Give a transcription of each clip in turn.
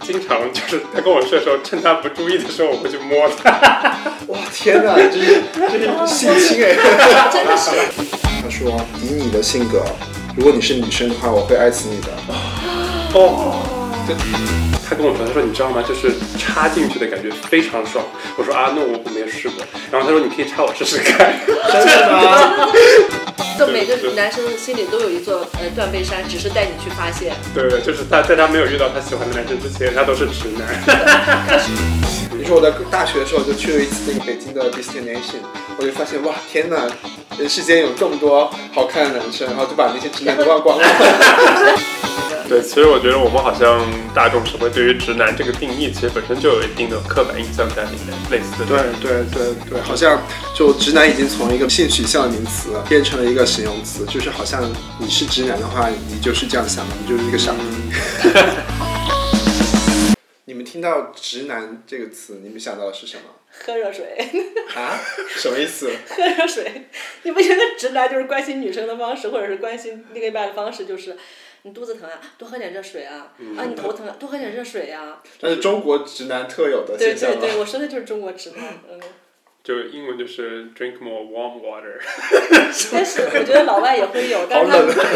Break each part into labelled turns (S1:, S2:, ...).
S1: 经常就是他跟我睡的时候，趁他不注意的时候，我会去摸 他。
S2: 哇天哪，这是这是性侵哎！
S3: 真的是
S2: 他说以你的性格，如果你是女生的话，我会爱死你的。
S1: 哦，就他跟我说，他说你知道吗？就是插进去的感觉非常爽。我说啊，那我我没试过。然后他说你可以插我试试看。
S2: 真的吗？
S3: 就每个男生心里都有一座呃断背山，只是带你去发现。
S1: 对，就是他在他没有遇到他喜欢的男生之前，他都是直男。
S2: 你说我在大学的时候就去了一次那个北京的 Destination，我就发现哇天哪，人世间有这么多好看的男生，然后就把那些直男都忘光了。
S1: 对，其实我觉得我们好像大众社会对于直男这个定义，其实本身就有一定的刻板印象在里面，类似的。
S2: 对对对对，好像就直男已经从一个性取向的名词变成了一个形容词，就是好像你是直男的话，你就是这样想的，你就是一个傻逼。你们听到“直男”这个词，你们想到的是什么
S3: 喝热水，
S2: 啊？什么意思？
S3: 喝热水。你不觉得直男就是关心女生的方式，或者是关心另一半的方式，就是你肚子疼啊，多喝点热水啊；啊，你头疼啊，多喝点热水啊。
S2: 但是中国直男特有的
S3: 对
S2: 现
S3: 对
S2: 象
S3: 对，
S2: 吗？
S3: 我说的就是中国直男。嗯，
S1: 就英文就是 drink more warm water。
S3: 但是我觉得老外也会有，但
S2: 好
S3: 是他
S2: 冷
S3: 们
S2: 啊。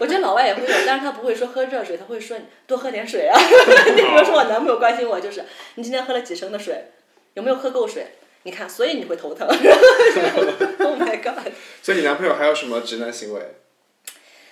S3: 我觉得老外也会有，但是他不会说喝热水，他会说你多喝点水 啊。你比如说我男朋友关心我，就是你今天喝了几升的水，有没有喝够水？你看，所以你会头疼。oh my god！
S2: 所以你男朋友还有什么直男行为？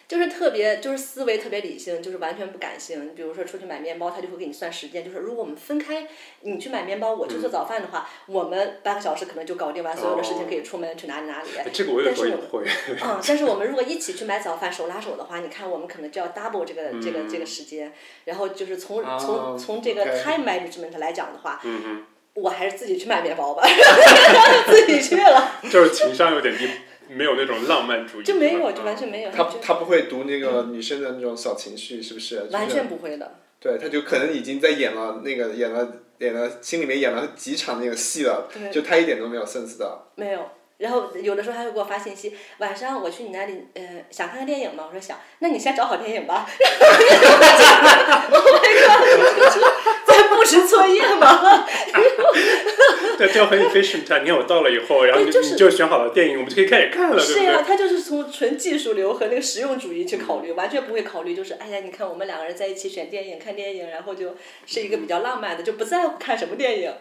S3: 就是特别，就是思维特别理性，就是完全不感性。你比如说出去买面包，他就会给你算时间，就是如果我们分开，你去买面包，我去
S1: 嗯
S3: 做早饭的话，我们半个小时可能就搞定完所有的事情，可以出门去哪里哪里。
S1: 哦哎这个我有时候也会。
S3: 嗯，但是我们如果一起去买早饭，手拉手的话，你看我们可能就要 double 这个这个这个时间，然后就是从
S2: 嗯哦
S3: 从从这个
S2: OK
S3: time management 来讲的话，
S1: 嗯
S3: 我还是自己去买面包吧， 然后自己去了，
S1: 嗯，就是情商有点低，没有那种浪漫主义。
S3: 就没有，
S1: 嗯
S3: 就完全没有，
S2: 他
S3: 就
S2: 他不会读那个女生的那种小情绪，是不是？就是
S3: 完全不会的。
S2: 对，他就可能已经在演了那个演了演了，心里面演了几场那个戏了，
S3: 对
S2: 就他一点都没有 sense 到。
S3: 没有。然后有的时候还会给我发信息，晚上我去你那里，呃，想看看电影吗？我说想，那你先找好电影吧。 Oh 然后我就 Oh my god！我就说咱不时作业吗？
S1: 对，这样很 efficient 啊！你看我到了以后，然后
S3: 对
S1: 你
S3: 就是
S1: 你就选好了电影，我们就可以开始看了，对
S3: 是啊
S1: 不
S3: 呀、
S1: 对？
S3: 他就是从纯技术流和那个实用主义去考虑，完全不会考虑就是，哎呀，你看我们两个人在一起选电影、看电影，然后就是一个比较浪漫的，就不在乎看什么电影，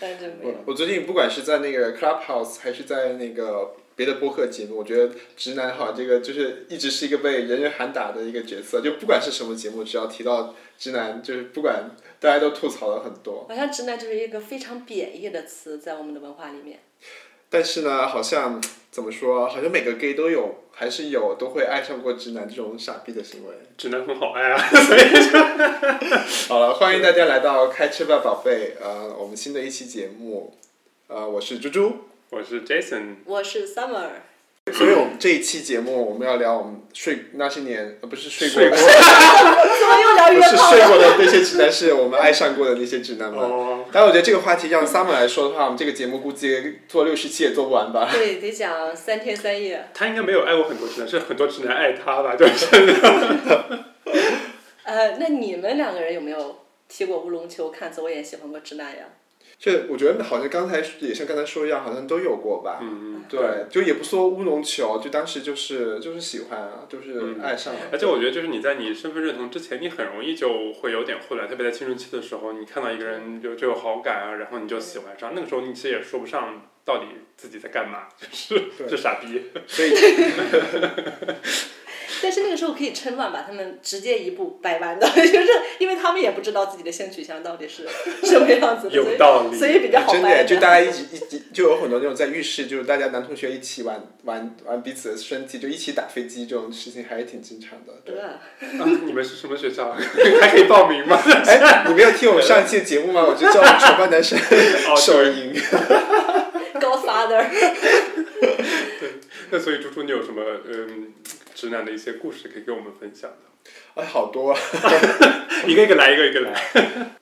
S3: 但是没
S2: 我
S3: 有。
S2: 我最近不管是在那个 Clubhouse 还是在那个别的播客节目，我觉得直男哈这个就是一直是一个被人人喊打的一个角色，就不管是什么节目，只要提到直男，就是不管大家都吐槽了很多。
S3: 好像直男就是一个非常贬义的词，在我们的文化里面。
S2: 但是呢，好像怎么说，好像每个 gay 都有，还是有都会爱上过直男这种傻逼的行为。
S1: 直男很好爱啊！
S2: 好了，欢迎大家来到《开车吧，宝贝》呃，我们新的一期节目，呃，我是猪猪。
S1: 我是 Jason，
S3: 我是 Summer，
S2: 所以我们这一期节目，我们要聊我们睡那些年，呃，不是睡过
S1: 睡
S2: 的，
S1: 过
S3: 怎么又聊
S2: 不
S3: 约
S2: 是
S3: 炮
S2: 睡
S3: 了？
S2: 过的那些直男，是我们爱上过的那些直男们。
S1: 哦，
S2: 但我觉得这个话题让 Summer 来说的话，我们这个节目估计做六十期也做不完吧。
S3: 对，得讲三天三夜。
S1: 他应该没有爱过很多直男，是很多直男爱他吧？就是
S3: 呃，那你们两个人有没有踢过乌龙球、看走眼、喜欢过直男呀？
S2: 这我觉得好像刚才也像刚才说一样，好像都有过吧。
S1: 嗯，
S2: 对，就也不说乌龙球，就当时就是就是喜欢啊，就是爱上了。
S1: 嗯而且我觉得，就是你在你身份认同之前，你很容易就会有点混乱，特别在青春期的时候，你看到一个人就就有好感啊，然后你就喜欢上，那个时候你其实也说不上到底自己在干嘛，就是
S2: 对
S1: 就傻逼。
S2: 所以
S3: 但是那个时候可以趁乱把他们直接一步掰弯的， 就是因为他们也不知道自己的性取向到底是 什么样子的，
S1: 有
S3: 所以
S1: 道理
S3: 所以比较好
S2: 真的
S3: 掰
S2: 耶，就大
S3: 的。
S2: 家一起一起就有很多那种在浴室，就是大家男同学一起玩玩玩彼此的身体，就一起打飞机这种事情还是挺经常的。
S3: 对吧
S1: 啊你们是什么学校？ 还可以报 名吗？
S2: 哎，你没有听我们上期的节目吗？我就叫我们全班男 生
S1: 哦，
S2: 手淫。
S3: ，Godfather，
S1: 那 所以猪猪，你有什么嗯直男的一些故事可以跟我们分享的？
S2: 哎，好多啊！
S1: 一个一个来，一个一个来。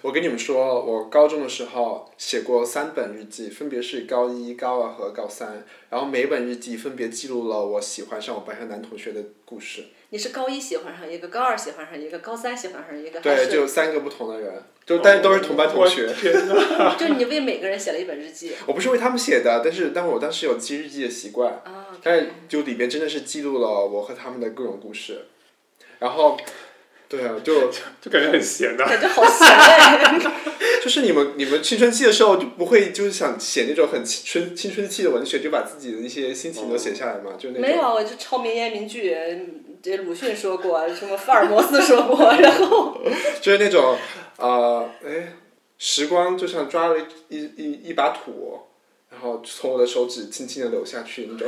S2: 我跟你们说，我高中的时候写过三本日记，分别是高一、高二和高三，然后每本日记分别记录了我喜欢上我班上男同学的故事。
S3: 你是高一喜欢上一个，高二喜欢上一个，高三喜欢上一个，还
S2: 对，
S3: 是哦
S2: 就三个不同的人，就但是都是同班同学。
S1: 哦我天哪！
S3: 就你为每个人写了一本日记
S2: 我不是为他们写的，但是但我当时有记日记的习惯，
S3: 啊？
S2: 但是就里面真的是记录了我和他们的各种故事，然后，对啊，就
S1: 就感觉很闲的。
S3: 感觉好闲哎！
S2: 就是你们你们青春期的时候就不会就是想写那种很青春青春期的文学，就把自己的一些心情都写下来嘛，就那
S3: 没有
S2: 种。
S3: 啊，我就抄名言名句，嗯这鲁迅说过，什么福尔摩斯说过，然 后
S2: 就是那种，呃，哎，时光就像抓了一一一一把土，然后从我的手指轻轻的流下去 那种。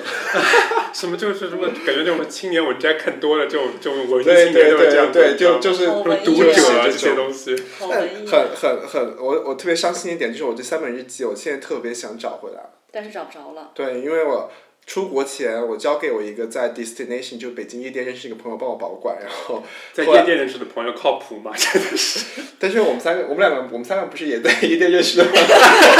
S1: 什么就是什么，感觉这种青年文摘看多了，就就文艺
S2: 对
S1: 青年
S2: 对
S1: 都是这
S2: 对
S1: 样啊
S2: 对，就
S1: 就
S2: 就是
S3: 哦文艺
S1: 读
S3: 对
S1: 者啊
S2: 这
S1: 这些
S2: 种。
S1: 东 西，
S3: 好文
S2: 但
S3: 艺，
S2: 很很很，我我特别伤心一点就是我这三本日记，我现在特别想找回来。
S3: 但是找不着了。
S2: 对，因为我出国前，我交给我一个在 destination 就北京夜店认识一个朋友帮我保管，然后，
S1: 在
S2: 后来
S1: 夜店认识的朋友靠谱吗？真的是
S2: 但是我们三个，我们两个，我们三个不是也在夜店认识的吗？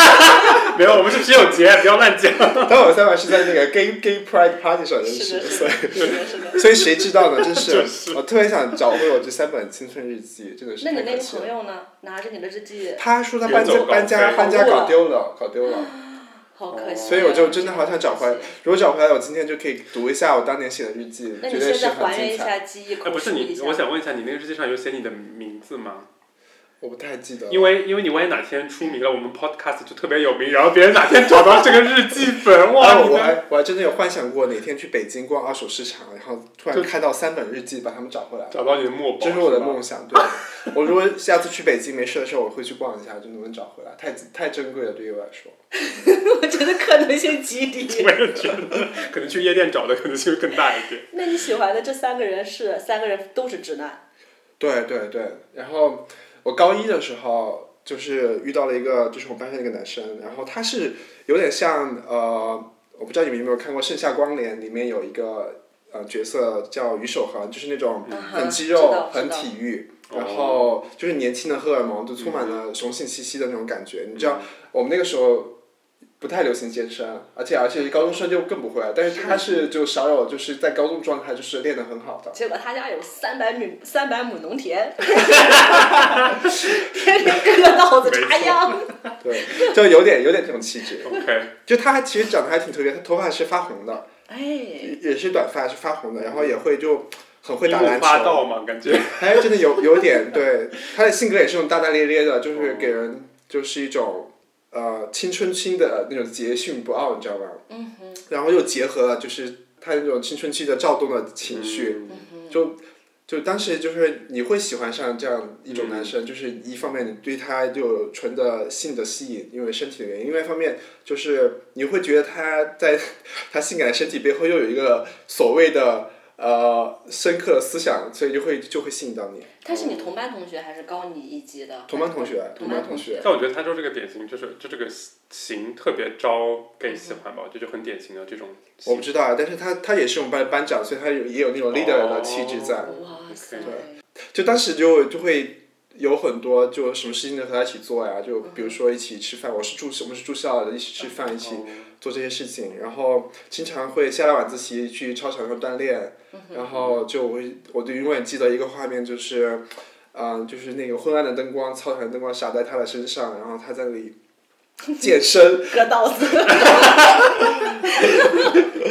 S1: 没有，我们是啤酒节，不要乱讲。
S2: 但我们三个是在那个 gay gay pride party 上认识
S3: 是
S2: 的，
S3: 的，是
S2: 所
S3: 的，
S2: 以
S3: 是的，是的。
S2: 所以谁知道呢？真，
S1: 就是
S2: 我特别想找回我这三本青春日记，真的 是
S3: 那你
S2: 太
S3: 那
S2: 可
S3: 个
S2: 惜
S3: 朋
S2: 了。
S3: 友呢？拿着你的日记，
S2: 他说他搬家
S1: 远走高
S2: 搬家
S1: 飞
S2: 搬家
S3: 好多
S2: 搞
S3: 啊
S2: 丢了，搞丢了。
S3: 好可惜啊。
S2: 所以我就真的好想找回来
S3: 真的好可惜。
S2: 如果找回来，我今天就可以读一下我当年写的日记，
S3: 那
S2: 绝
S3: 你
S2: 对
S3: 现
S2: 是
S3: 在
S2: 很
S3: 还原
S2: 精
S3: 一
S2: 彩。
S3: 下记忆，
S1: 哎，
S3: 口
S1: 不是
S3: 述一
S1: 你，
S3: 下。
S1: 我想问一下，你那个日记上有写你的名字吗？
S2: 我不太记得了。
S1: 因为因为你万一哪天出名了，我们 podcast 就特别有名，然后别人哪天找到这个日记本，哇，
S2: 啊，
S1: 你
S2: 我
S1: 们
S2: 还我还真的有幻想过哪天去北京逛二手市场，然后突然
S1: 就
S2: 看到三本日记，把它们找回来。
S1: 找到你的墨宝，
S2: 这是我的
S1: 吧。
S2: 梦想，对。我如果下次去北京没事的时候，我会去逛一下，就能不能找回来，太太珍贵了，对于我来说。
S3: 我觉得可能性极 低。
S1: 我也觉得，可能去夜店找的可能性更大一 点。
S3: 那你喜欢的这三个人是三个人都是直男，
S2: 对对对，然后我高一的时候就是遇到了一个，就是我们班上一个男生，然后他是有点像呃，我不知道你们有没有看过《盛夏光年》里面有一个呃角色叫于守恒，就是那种
S3: 嗯
S2: 很肌
S3: 知
S2: 肉
S3: 道、
S2: 很
S3: 知道
S2: 体育。
S1: 哦
S2: 然后就是年轻的荷尔蒙，就充满了雄性气息的那种感觉。你知道，我们那个时候不太流行健身，而且而且高中生就更不会了。但是他是就少有就是在高中状态就是练得很好的。
S3: 结果他家有三百亩三百亩农田，天天割稻子插秧，
S2: 对，就有点有点这种气质。
S1: OK，
S2: 就他还其实长得还挺特别，他头发是发红的，
S3: 哎，
S2: 也是短发是发红的，然后也会就很会打
S1: 樱
S2: 篮
S1: 木花
S2: 球，
S1: 道嘛，感觉。
S2: 还真的有有点对他的性格也是那种大大咧咧的，就是给人就是一种呃青春期的那种桀骁不傲，你知道吧？
S3: 嗯哼，
S2: 然后又结合了就是他那种青春期的躁动的情绪，
S1: 嗯
S2: 就就当时就是你会喜欢上这样一种男生，就是一方面你对他就有纯的性的吸引，因为身体的原因；，另外一方面就是你会觉得他在 他性感的身体背后又有一个所谓的呃深刻的思想，所以就会就会吸引到你。
S3: 他是你同班同学还是高你一级的？
S2: 同班同学，
S3: 同
S2: 班
S3: 班
S2: 同
S3: 同
S2: 学，
S1: 但我觉得他就是个典型，就是就这个型特别招 gay 喜欢
S2: 嗯
S1: 吧，这就很典型的这种
S2: 我
S1: 型。
S2: 不知道啊，但是他他也是我们班班长，所以他有也有那种 leader 的气质在。
S3: 哇塞！
S2: 对就当时就就会有很多就什么事情都和他一起做呀，就比如说一起吃饭，我是住我们是住校的，一起吃饭，一起做这些事情，然后经常会下了晚自习去操场上锻炼，然后就我会我就永远记得一个画面就是。嗯、就是那个昏暗的灯光，操场的灯光洒在他的身上，然后他在那里健身，
S3: 割稻子，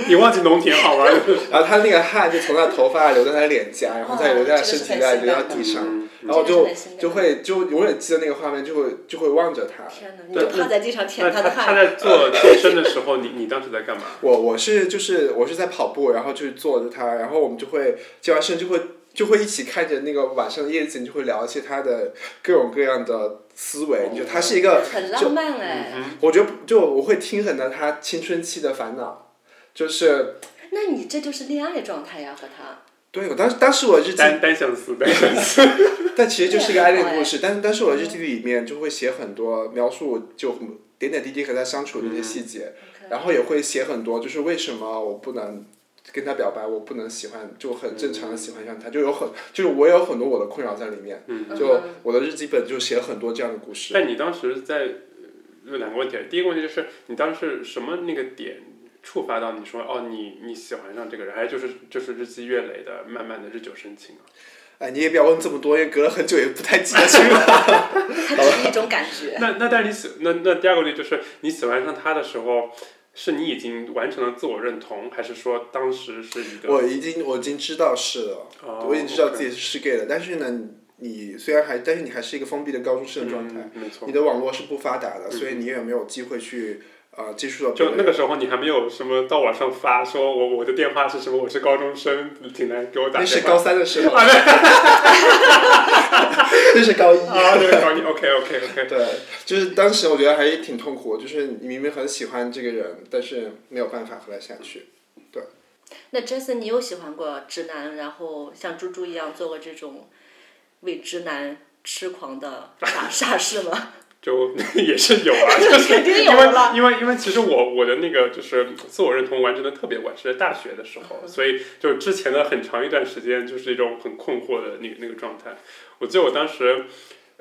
S1: 你忘记农田好玩了。
S2: 然后他那个汗就从他的头发流到他的脸颊，然后再流到他身体
S3: 哇
S2: 再
S3: 这
S2: 流
S3: 个是很性
S2: 到
S3: 感的
S2: 地上，
S1: 嗯
S2: 然后
S3: 这个
S2: 就
S3: 是很性感
S2: 就会就永远记得那个画面，就会就会望着他。
S3: 天哪！你就趴在地上
S1: 那
S3: 舔
S1: 他
S3: 的
S1: 他
S3: 汗，
S1: 在做健身的时候，你你当时在干嘛？
S2: 我我是就是我是在跑步，然后就坐着他，然后我们就会健完身就会就会一起看着那个晚上的夜景，就会聊一些他的各种各样的思维。就他是一个，
S3: 很浪漫
S1: 嗯
S3: 哎。
S2: 我觉得就我会听很多他青春期的烦恼，就是
S3: 那你这就是恋爱状态呀，和他。
S2: 对我当时当时我日记
S1: 单单相思，单相思。
S2: 但其实就是一个爱恋的故
S3: 这
S2: 事，但是但是我的日记里面就会写很多描述，就很点点滴滴和他相处的一些细节，然后也会写很多，就是为什么我不能跟他表白，我不能喜欢，就很正常的喜欢上他，就有很就是我有很多我的困扰在里面，
S1: 嗯
S2: 就我的日记本就写很多这样的故事。
S1: 但你当时在呃有两个问题，第一个问题就是你当时什么那个点触发到你说哦，你你喜欢上这个人，还是就是就是日积月累的，慢慢的日久生情啊？
S2: 哎，你也不要问这么多，因为隔了很久也不太记 得清了。哦
S3: 它只是一种感觉。
S1: 那那但是你喜那那第二个例就是你喜欢上他的时候，是你已经完成了自我认同，还是说当时是一个？
S2: 我已经我已经知道是了，
S1: 哦
S2: 我已经知道自
S1: OK
S2: 己是 gay 了，但是呢，你虽然还，但是你还是一个封闭的高中生的状态，
S1: 嗯，没错嗯
S2: 你。的网络是不发达的，所以你也没有机会去呃接触到别
S1: 就那
S2: 人。
S1: 个时候，你还没有什么到网上发说我我的电话是什么，我是高中生，请来给我打
S2: 那是
S1: 电
S2: 高
S1: 话。啊
S2: 三的时候， 那是高一。
S1: 啊，对，高一，OK OK OK，
S2: 对，就是当时我觉得还挺痛苦，就是你明明很喜欢这个人，但是没有办法和他下去。
S3: 那 Jason，你有喜欢过直男，然后像猪猪一样做过这种为直男痴 狂的傻傻事吗？
S1: 就 也是有 啊，就是
S3: 肯定有
S1: 因为
S3: 了
S1: 因为因为其实我我的那个就是自我认同完成的特别晚，是在大学的时
S3: 嗯
S1: 候，所以就之前的很长一段时间就是一种很困惑的那个那个状态。我记得我当时。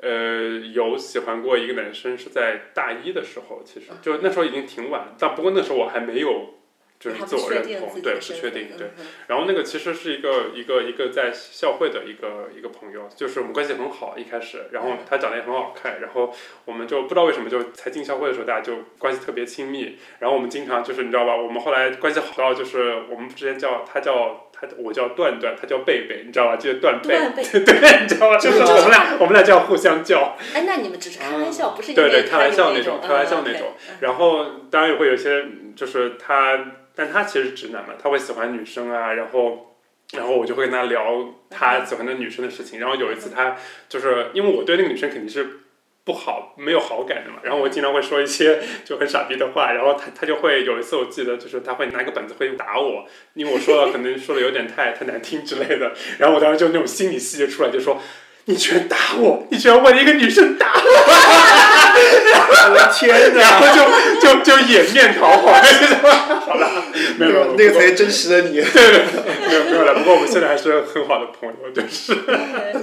S1: 呃，有喜欢过一个男生，是在大一的时候，
S3: 嗯
S1: 其实就那时候已经挺晚，但不过那时候我还没有就
S3: 你
S1: 是
S3: 还
S1: 自
S3: 不
S1: 我
S3: 确
S1: 认
S3: 定自
S1: 同，
S3: 己
S1: 对，
S3: 的
S1: 不
S3: 身
S1: 确
S3: 份。
S1: 定，对。
S3: 嗯
S1: 然后那个其实是一个一个一个在校会的一个一个朋友，就是我们关系很好一开始，然后他长得也很好看，然后我们就不知道为什么就才进校会的时候大家就关系特别亲密，然后我们经常就是你知道吧，我们后来关系好到就是我们之间叫他叫他我叫段段，他叫贝贝，你知道吧？就是段贝，
S3: 段贝
S1: 对，你知道吧？就是我们俩我们俩这样互相叫，
S3: 哎，那你们只是开玩笑，不是因
S1: 嗯对
S3: 为
S1: 对，开玩笑
S3: 那嗯
S1: 那种，开玩笑那种。。 然后当然也会有一些，嗯就是他，但他其实是直男嘛，他会喜欢女生啊，然后。然后我就会跟他聊他喜欢的女生的事情。然后有一次他就是因为我对那个女生肯定是不好没有好感的嘛，然后我经常会说一些 就很傻逼的话。然后他他就会有一次我记得就是他会拿个板子会打我，因为我说了可能说的有点太太难听之类的。然后我当时就那种心理戏就出来，就说你居然打我，你居然为了一个女生打我。
S2: 我的天
S1: 然
S2: 哪！
S3: 啊
S1: 后就就就掩面逃 跑，就是好了，没有没有
S2: 那个才是真实的你。
S1: 没有没有了。不过我们现在还是很好的朋友， 就是
S3: 对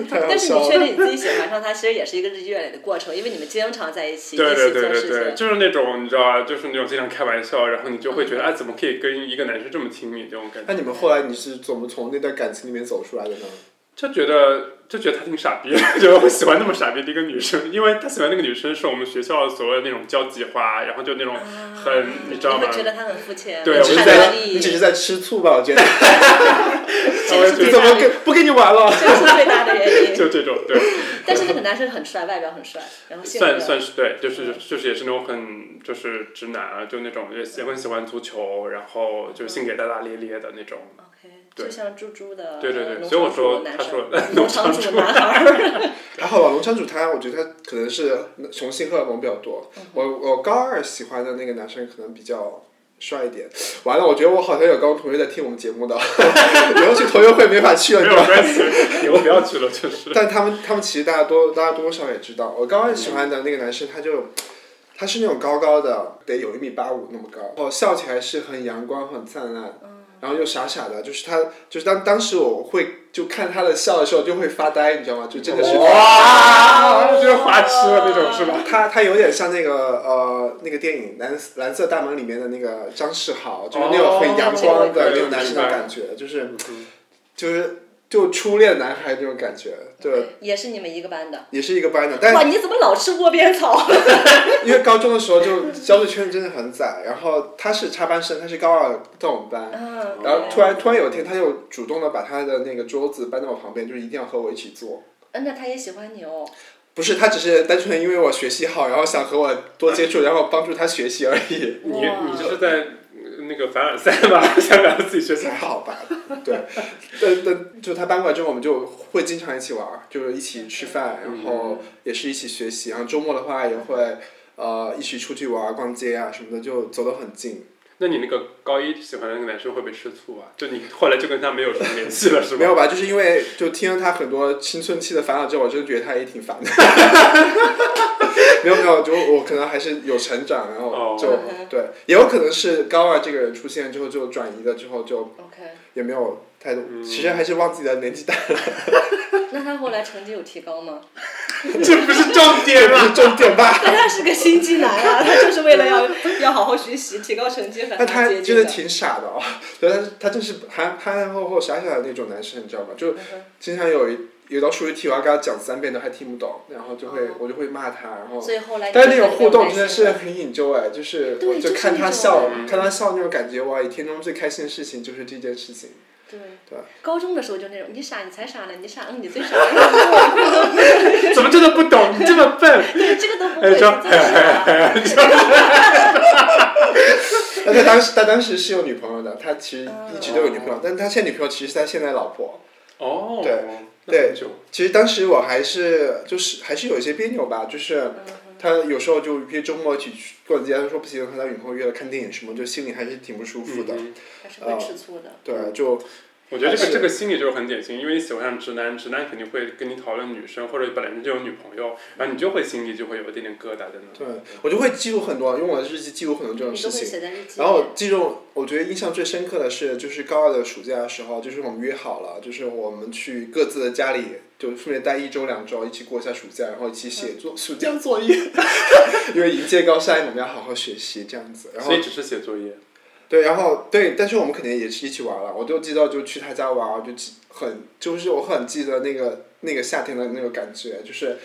S2: 太好
S3: 但是你
S2: 笑
S3: 确定你自己喜欢上他，其实也是一个日积月累的过程，因为你们经常在一起，
S1: 对对对
S3: 一起
S1: 对
S3: 做
S1: 对，
S3: 事情。
S1: 就是那种你知道吧，就是那种经常开玩笑，然后你就会觉得啊，怎么可以跟一个男生这么亲密这种感
S3: 嗯
S2: 那
S1: 觉，
S2: 你们后来你是怎么从那段感情里面走出来的呢？
S1: 就觉得就觉得他挺傻逼的，觉得我喜欢那么傻逼的一个女生，因为他喜欢那个女生是我们学校所谓的那种交际花，然后就那种很你知道
S3: 啊你
S1: 吗
S3: 会？觉得他很肤浅，
S1: 对
S2: 你
S1: 我
S2: 只
S1: 就觉
S2: 你
S3: 很
S1: 得
S3: 叛
S2: 在
S3: 逆，
S2: 你只是在吃醋吧？我觉得
S3: 这个是
S2: 你
S3: 最
S2: 怎
S3: 大
S2: 么
S3: 的，
S2: 跟不跟你玩了？
S3: 这个是最大的原因。
S1: 就这种对。
S3: 但是那个男生很帅，外表很帅，然后性格
S1: 算算是对，就是就是也是那种很就是直男啊，就那种也喜欢喜欢足球，然后就性格大大咧咧的那种。
S3: OK，
S1: 对
S3: 就像猪猪的
S1: 对对对
S3: 呃
S1: 所以我说
S3: 农场
S1: 他
S3: 主
S1: 说
S3: 男生农场主男孩儿，
S2: 还好吧，龙昌主他，我觉得他可能是雄性荷尔蒙比较多。我我高二喜欢的那个男生可能比较帅一点。完了，我觉得我好像有高中同学在听我们节目的， 以后去同学会没法去了，
S1: 没有
S2: 你知道吗？
S1: 关系，以后不要去了，就是。
S2: 但他们他们其实大家多大家多少也知道，我高二喜欢的那个男生他就。他是那种高高的，得有一米八五那么高，然后笑起来是很阳光、很灿烂，然后又傻傻的，就是他，就是当当时我会就看他的笑的时候就会发呆，你知道吗？就真的是
S1: 哇，就是花痴了那种是吧？
S2: 他他有点像那个呃那个电影《蓝蓝色大门》里面的那个张世豪，就是那种很阳光的那种男生的感觉，就是就是就初恋男孩这种感觉， 对，
S3: 也是你们一个班的。
S2: 也是一个班的，但
S3: 哇，你怎么老吃窝边草？
S2: 因为高中的时候就交际圈真的很窄，然后他是插班生，他是高二到我们班。
S3: 嗯
S2: 然后突然，突然有一天，他就主动的把他的那个桌子搬到我旁边，就是一定要和我一起坐。
S3: 嗯，那他也喜欢你哦。
S2: 不是，他只是单纯因为我学习好，然后想和我多接触，然后帮助他学习而已。
S1: 你
S3: 哇
S1: 你就是在呃那个凡尔赛吧？ 想把自己学习
S2: 还好吧，对，但但就他搬过来之后，我们就会经常一起玩儿，就是一起吃饭，然后也是一起学习，然后周末的话也会呃一起出去玩儿、逛街啊什么的，就走得很近。
S1: 那你那个高一喜欢的那个男生会不会吃醋啊？就你后来就跟他没有什么联系了是吗？
S2: 没有吧？就是因为就听了他很多青春期的烦恼之后，我真的觉得他也挺烦 的。没有没有，就我可能还是有成长，然后
S1: 哦
S2: 就、对，也有可能是高二这个人出现之后就转移了，之后就
S3: OK，
S2: 也没有态度，
S1: 嗯
S2: 其实还是忘自己的年纪大，
S3: 那他后来成绩有提高吗？
S1: 这不是重点啊
S2: 这
S1: 吗？
S2: 是重点吧。
S3: 但他是个心机男啊，他就是为 了要要好好学习，提高成绩，反
S2: 但他
S3: 接
S2: 真
S3: 近
S2: 的
S3: 的。
S2: 挺傻 的哦，对，他他真是憨憨憨厚厚、傻傻的那种男生，你知道吗？就
S3: 嗯哼
S2: 经常有一有道数学题，我要跟他讲三遍都还听不懂，然后就会
S3: 哦
S2: 我就会骂他，然后
S3: 所以后来你
S2: 但是
S3: 就
S2: 那种
S3: 没
S2: 互
S3: 有
S2: 动
S3: 耐
S2: 真的
S3: 心
S2: 是
S3: 了
S2: 很引咎哎，就是
S3: 对
S2: 我
S3: 就是
S2: 看他
S3: 那种
S2: 笑，
S1: 嗯
S2: 看他笑那种感觉，哇，一天中最开心的事情就是这件事情。
S3: 对
S2: 对
S3: 高中的时候就那种，你傻，你才傻呢，你傻，嗯，你最傻，嗯
S1: 怎么这都不懂？你这么笨？
S3: 对，这个都不会，
S1: 哎
S3: 你最
S1: 说
S3: 傻。
S2: 但他当时他当时是有女朋友的，他其实
S3: 嗯
S2: 一直都有女朋友，但他现在女朋友其实是他现在老婆。
S1: 哦，
S2: 对
S1: 那很久，
S2: 其实当时我还是就是还是有一些别扭吧，
S3: 嗯
S2: 就是他有时候就约周末一起去逛街，他说不行，和他女朋友约了看电影什么，就心里还是挺不舒服的。
S1: 嗯
S3: 还是会吃醋的。
S2: 对，就
S1: 我觉得这
S2: 但
S1: 个
S2: 是
S1: 这个心理就是很典型，因为你喜欢上直男，直男肯定会跟你讨论女生，或者本来就有女朋友，然后你就会心里就会有一点点疙瘩在那。
S2: 对我就会记录很多，用我的日记记录很多这种
S3: 你都
S2: 事
S3: 会
S2: 情。
S3: 写在日记里。
S2: 然后记住，我觉得印象最深刻的是，就是高二的暑假的时候，就是我们约好了，就是我们去各自的家里，就分别待一周两周，一起过一下暑假，然后一起写作、暑假作业，因为迎接高三，我们要好好学习这样子。然后
S1: 所以只是写作业，
S2: 对，然后对，但是我们肯定也是一起玩了。我就记得就去他家玩，我就记很就是我很记得那个那个夏天的那个感觉，就是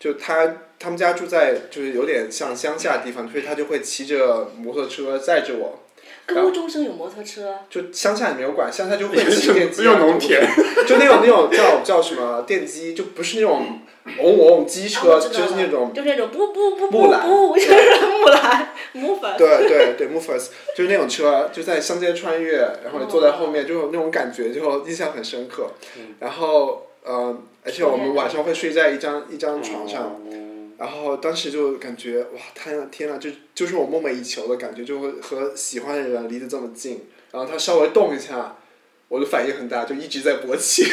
S2: 就他他们家住在就是有点像乡下地方，所以他就会骑着摩托车载着我。
S3: 高中生有摩托车，
S2: 就乡下也没有管，乡下就会
S1: 也
S2: 骑电
S1: 是
S2: 机、
S1: 用
S2: 啊，
S1: 农田。
S2: 就那种那种叫叫什么电机，就不是那种嗡嗡机车，
S3: 啊我知道
S2: 就是那种
S3: 了就是那种不不不
S2: 木
S3: 不
S2: 兰
S3: 不，就是木兰木粉。
S2: 对对对 m o f e r s 就是那种车，就在乡间穿越，然后你坐在后面，就有那种感觉，就印象很深刻。
S1: 嗯
S2: 然后呃，而且我们晚上会睡在一张一张床上，
S1: 嗯
S2: 然后当时就感觉哇，天啊天啊，就就是我梦寐以求的感觉，就会和喜欢的人离得这么近，然后他稍微动一下，我的反应很大，就一直在勃起。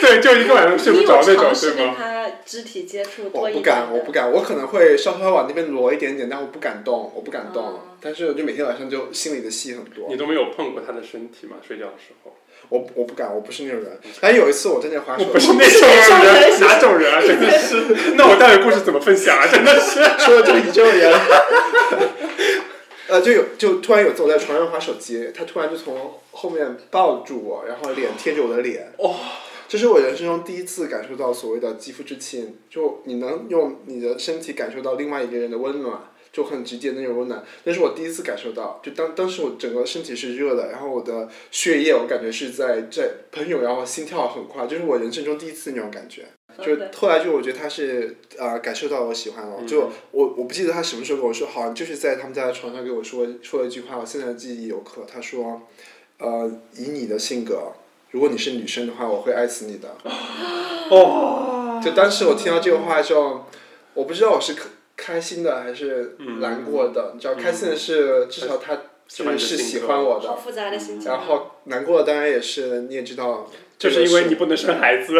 S1: 对，就一个晚上 睡
S3: 你
S1: 不着
S3: 有
S1: 那种，
S3: 尝试
S1: 对
S3: 跟
S1: 吗？
S3: 他肢体接触多
S2: 我
S3: 一
S2: 不
S3: 点
S2: 敢，我
S3: 的
S2: 不敢，我可能会稍稍往那边挪一点点，但我不敢动，我不敢动。
S3: 哦
S2: 但是我就每天晚上就心里的戏很多。
S1: 你都没有碰过他的身体吗？睡觉的时候？
S2: 我我不敢，我不是那种人。但有一次我在那滑
S1: 我
S2: 手
S1: 不是那种人，哪种人啊？真的 是，那我待会故事怎么分享啊？真的是，
S2: 说这个宇宙人， 呃，就有就突然有一次我在床上滑手机，他突然就从后面抱住我，然后脸贴着我的脸。
S1: 哦。
S2: 这是我人生中第一次感受到所谓的肌肤之亲，就你能用你的身体感受到另外一个人的温暖，就很直接的那种温暖。那是我第一次感受到，就当当时我整个身体是热的，然后我的血液我感觉是在在喷涌，然后心跳很快，就是我人生中第一次那种感觉。就
S3: 对
S2: 后来就我觉得他是呃感受到我喜欢了，就我我不记得他什么时候跟我说，好像就是在他们家的床上给我说说了一句话，我现在记忆犹刻。他说，呃，以你的性格，如果你是女生的话，我会爱死你的。
S1: 哦，
S2: 就当时我听到这个话的时候，我不知道我是开开心的还是难过的，你知道，开心的是至少他
S1: 嗯喜欢
S2: 是
S1: 你的
S2: 是喜
S1: 性格
S2: 欢我
S3: 好
S2: 的，
S3: 复杂的心情啊。
S2: 然后难过的当然也是你也知道，
S1: 就是因为你不能生孩子，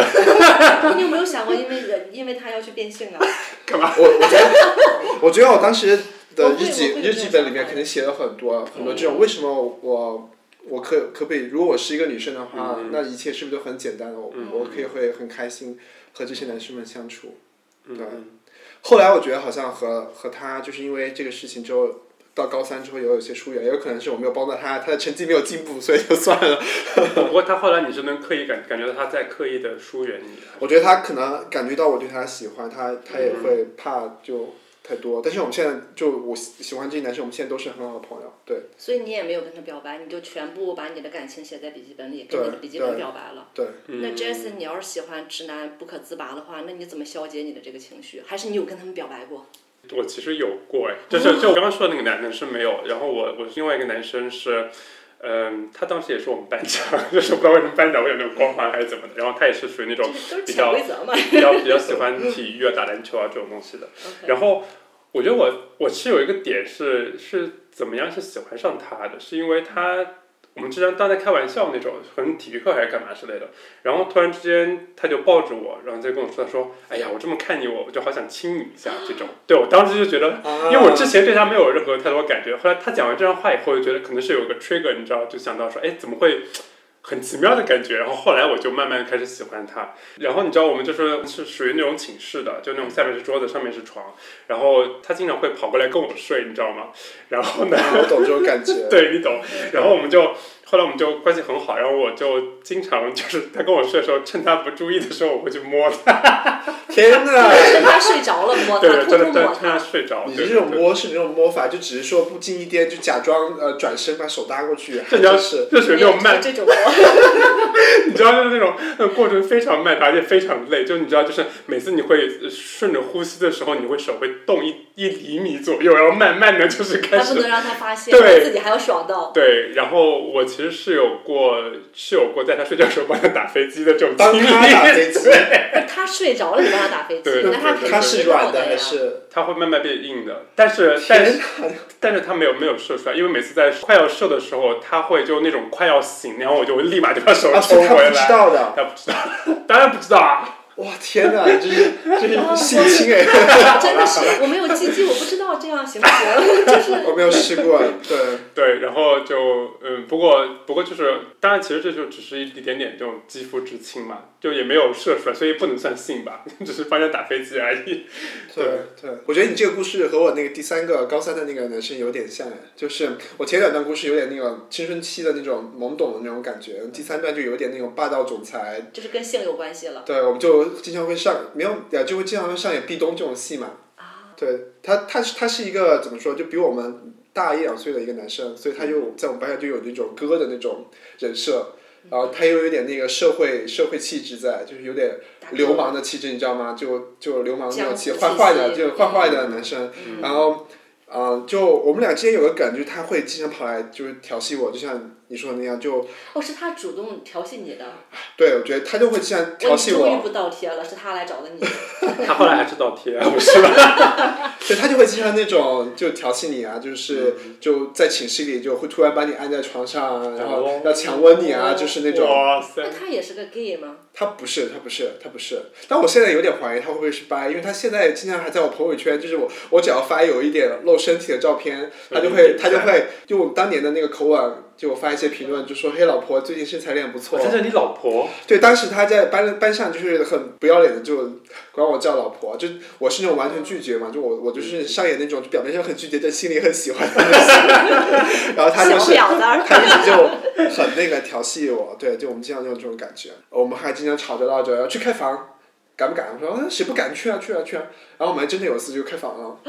S3: 你有没有想过，因为人因为他要去变性了？
S2: 我我觉得，我觉得我当时的日记
S3: 我会有这种
S2: 日记本里面肯定写了很多啊很多这种，为什么我我可可不可以？如果我是一个女生的话，那一切是不是都很简单？我、我可以会很开心和这些男生们相处。对，后来我觉得好像和和他就是因为这个事情之后。到高三之后也有一些疏远，也有可能是我没有帮到他，他的成绩没有进步，所以就算了。
S1: 不过他后来你是能刻意感感觉到他在刻意的疏远你。啊
S2: 我觉得他可能感觉到我对他喜欢，他他也会
S1: 嗯
S2: 怕就太多。但是我们现在就我喜喜欢这些男生，我们现在都是很好的朋友。对
S3: 所以你也没有跟他表白，你就全部把你的感情写在笔记本里，跟你的笔记
S2: 对
S3: 本表白了。
S2: 对，
S1: 嗯
S3: 那 Jason，你要是喜欢直男不可自拔的话，那你怎么消解你的这个情绪？还是你有跟他们表白过？
S1: 我其实有过哎，就是就我刚刚说的那个男的是没有，然后我我是另外一个男生是，嗯、他当时也是我们班长， 就是不知道为什么班长会有那种光环还是怎么的，然后他也是属于那
S3: 这
S1: 种
S3: 是都是
S1: 比
S3: 潜
S1: 较
S3: 规则嘛。嗯
S1: 比较比较喜欢体育啊、打篮球啊这种东西的。
S3: OK，
S1: 然后我觉得我我是有一个点是是怎么样是喜欢上他的，是因为他我们之前当在开玩笑那种，可能体育课还是干嘛之类的，然后突然之间他就抱着我，然后就跟我说他说，哎呀，我这么看你我我就好想亲你一下这种，对我当时就觉得因为我之前对他没有任何太多感觉，后来他讲完这段话以后，就觉得可能是有个 trigger，你知道，就想到说，哎，怎么会很奇妙的感觉。然后后来我就慢慢开始喜欢他。然后你知道我们就是是属于那种寝室的，就那种下面是桌子，上面是床。然后他经常会跑过来跟我睡，你知道吗？然后呢，
S2: 啊我懂这种感觉。
S1: 对你懂。然后我们就后来我们就关系很好，然后我就经常就是他跟我睡的时候，趁他不注意的时候，我会去摸他。
S2: 天哪！
S3: 趁他睡着了哦摸他，
S1: 对，
S3: 偷
S1: 真的
S3: 偷
S1: 真
S3: 摸
S1: 的趁他
S3: 他。
S1: 睡着。
S2: 你
S1: 对
S2: 这种
S1: 对
S2: 摸是你那种摸法，就只是说不经意间就假装呃转身把手搭过去，
S1: 这
S2: 还
S1: 你知道
S2: 真
S1: 是
S2: 是
S1: 就是那种慢
S3: 这种摸，
S1: 你知道，就是那种那过程非常慢，而且非常累。就你知道，就是每次你会顺着呼吸的时候，你会手会动一一厘米左右，然后慢慢的就是 开
S3: 还不
S1: 始。
S3: 能让他发现，
S1: 对
S3: 自己还要爽到。
S1: 对，然后我其实是有过是有过在他睡觉的时候帮他打飞机的这种
S2: 帮
S1: 经历。
S2: 他打飞机，
S3: 不是他睡着了，你让他打飞机
S1: 对，对
S3: 那他
S1: 对
S3: 肯
S2: 他
S3: 定
S2: 是
S3: 知道
S2: 软的
S3: 的
S2: 还
S3: 呀。
S2: 是？
S1: 他会慢慢变硬的，但是但
S2: 天
S1: 是
S2: 哪！
S1: 但是他没有没有射出来，因为每次在快要射的时候，他会就那种快要醒，然后我就会立马就把手
S2: 啊，
S1: 抽
S2: 所以他
S1: 回
S2: 不知
S1: 来。
S2: 道的。
S1: 他不知道，当然不知道啊，
S2: 哇，天哪！这是这是性侵哎，
S3: 真的是，我没有鸡鸡，我不知道这样行不行？ 就是
S2: 我没有试过。对，
S1: 对，然后就嗯，不过不过就是，当然其实这就只是一一点点这种肌肤之亲嘛，就也没有射出来，所以不能算性吧， 只是帮人家打飞机而已。
S2: 对对，我觉得你这个故事和我那个第三个高三的那个男生有点像，就是我前两段故事有点那个青春期的那种懵懂的那种感觉，第三段就有点那种霸道总裁。
S3: 就是跟性有关系了
S2: 对，我们就经常会上，没有，呃就会经常会上演壁咚这种戏嘛。
S3: 啊。
S2: 对他，他是他是一个怎么说，就比我们大一两岁的一个男生，所以他就在我们班上就有那种哥的那种人设，
S3: 嗯
S2: 然后他又有点那个社会社会气质在，就是有点
S3: 打
S2: 流氓的气质，你知道吗？就就流氓那种气，
S3: 江湖
S2: 坏坏的，
S3: 气息嗯
S2: 就坏坏的男生。然后，嗯、就我们俩之间有个梗，就是他会经常跑来就是调戏我，就像你说的那样，就
S3: 哦，是他主动调戏你的，
S2: 对我觉得他就会经常
S3: 我
S2: 调戏
S3: 终于
S2: 我，
S3: 不倒贴了，是他来找的你。
S1: 他后来还是倒 贴，不是吧？
S2: 对他就会经常那种就调戏你啊，就是就在寝室里就会突然把你按在床上啊，然后
S1: 哦
S2: 要强吻你啊，就是那种。
S1: 哇塞
S3: 那，他哦也是个 gay 吗？
S2: 他不是，他不是，他不是。但我现在有点怀疑他会不会是掰，因为他现在经常还在我朋友圈，就是我我只要发有一点露身体的照片，他就会
S1: 嗯
S2: 他就会用当年的那个口吻就发一些评论，就说嘿老婆最近身材练不错
S1: 我。这是你老婆，
S2: 对，当时他在班班上就是很不要脸的就管我叫老婆，就我是那种完全拒绝嘛，就我我就是上演那种表面上很拒绝，但心里很喜欢的那种 然后他
S3: 小
S2: 就是
S3: 婊子儿。
S2: 他一直就很那个调戏我，对，就我们经常有这种感觉。我们还经常吵着闹着要去开房，敢不敢？我说、啊谁不敢去啊，去啊，去啊。然后我们还真的有一次就开房了，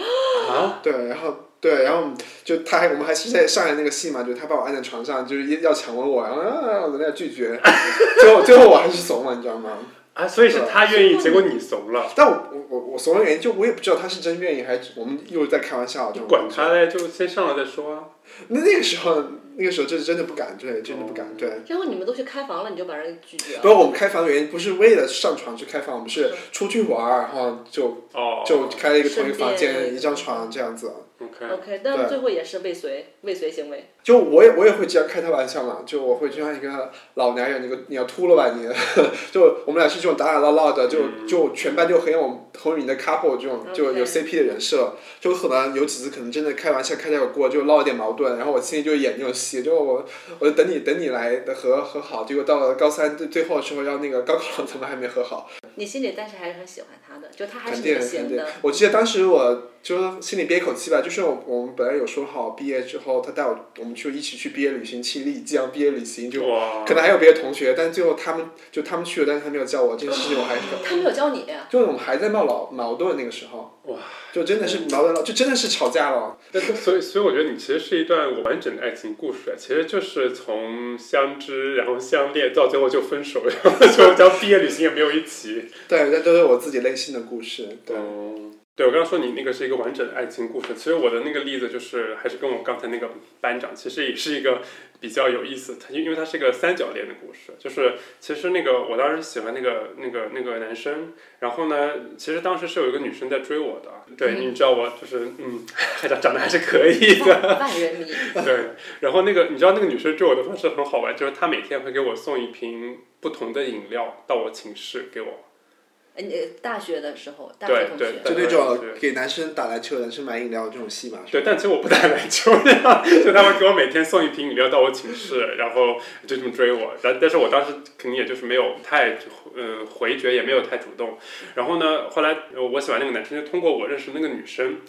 S1: 啊，
S2: 对，然后对，然后我们就他还我们还是在上演那个戏嘛，就是他把我按在床上，就是一要强吻我，然后啊，我在那拒绝， 最后最后我还是怂了，你知道吗？
S1: 啊，所以是他愿意，结果你怂了，
S2: 但我我我我怂的原因就我也不知道他是真愿意还是我们又在开玩笑，这种
S1: 管他嘞，就先上了再说啊。
S2: 那那个时候那个时候就是真的不敢，对，真的不敢，对。
S3: 然后你们都去开房了，你就把人拒绝了。
S2: 不是我们开房的原因不是为了上床去开房，我们是出去玩儿，然后就
S1: 哦，
S2: 就开了一个同一个房
S3: 顺
S2: 间
S3: 便
S2: 一张床这样子。
S1: OK，
S3: OK，但最后也是未遂，未遂行为。
S2: 就我也我也会经常开他玩笑嘛，就我会就像一个老男人，你个你要秃了吧你， 就我们俩是这种打打闹闹的，就就全班就很有很有你的 couple 这种
S3: OK
S2: 就有 CP 的人设，就可能有几次可能真的开玩笑开太过，就闹了点矛盾，然后我心里就演那种戏，就我我就等你等你来和和好，结果到了高三最最后的时候要那个高考了，怎么还没和好？
S3: 你心里但是还是很喜欢他的，就他还
S2: 肯
S3: 是你
S2: 定
S3: 的
S2: 肯
S3: 型
S2: 定
S3: 的。，
S2: 我记得当时我就是心里憋一口气吧，就是我我们本来有说好毕业之后，他带我我们就一起去毕业旅行，去丽江毕业旅行，就
S1: 哇
S2: 可能还有别的同学，但最后他们就他们去了，但是他没有叫我，这件事情我还是
S1: 哦
S3: 他没有教 你，
S2: 就是我们还在闹老矛盾那个时候，
S1: 哇，
S2: 就真的是矛盾了，就真的是吵架了，
S1: 但是所以，所以我觉得你其实是一段完整的爱情故事，啊其实就是从相知，然后相恋，到最后就分手，然后就到毕业旅行也没有一起。
S2: 对，那都是我自己内心的故事，对，
S1: 嗯，对我刚刚说你那个是一个完整的爱情故事，其实我的那个例子就是还是跟我刚才那个班长，其实也是一个比较有意思，他因为他是一个三角恋的故事，就是其实那个我当时喜欢那个那个那个男生，然后呢，其实当时是有一个女生在追我的，对，你知道我就是嗯， 长长得还是可以的，
S3: 万万人迷。
S1: 对，然后那个你知道那个女生对我的方式很好玩，就是她每天会给我送一瓶不同的饮料到我寝室给我，
S3: 呃大学的时候，大
S1: 对
S3: 学同
S1: 对
S3: 学，
S2: 就
S1: 对
S2: 那种
S1: 对
S2: 给男生打篮球、男生买饮料这种戏嘛。
S1: 对，但其实我不打篮球呀， 就他们给我每天送一瓶饮料到我寝室，然后就这么追我。然后，但是我当时肯定也就是没有太呃回绝，也没有太主动。然后呢，后来呃我喜欢那个男生，就通过我认识那个女生，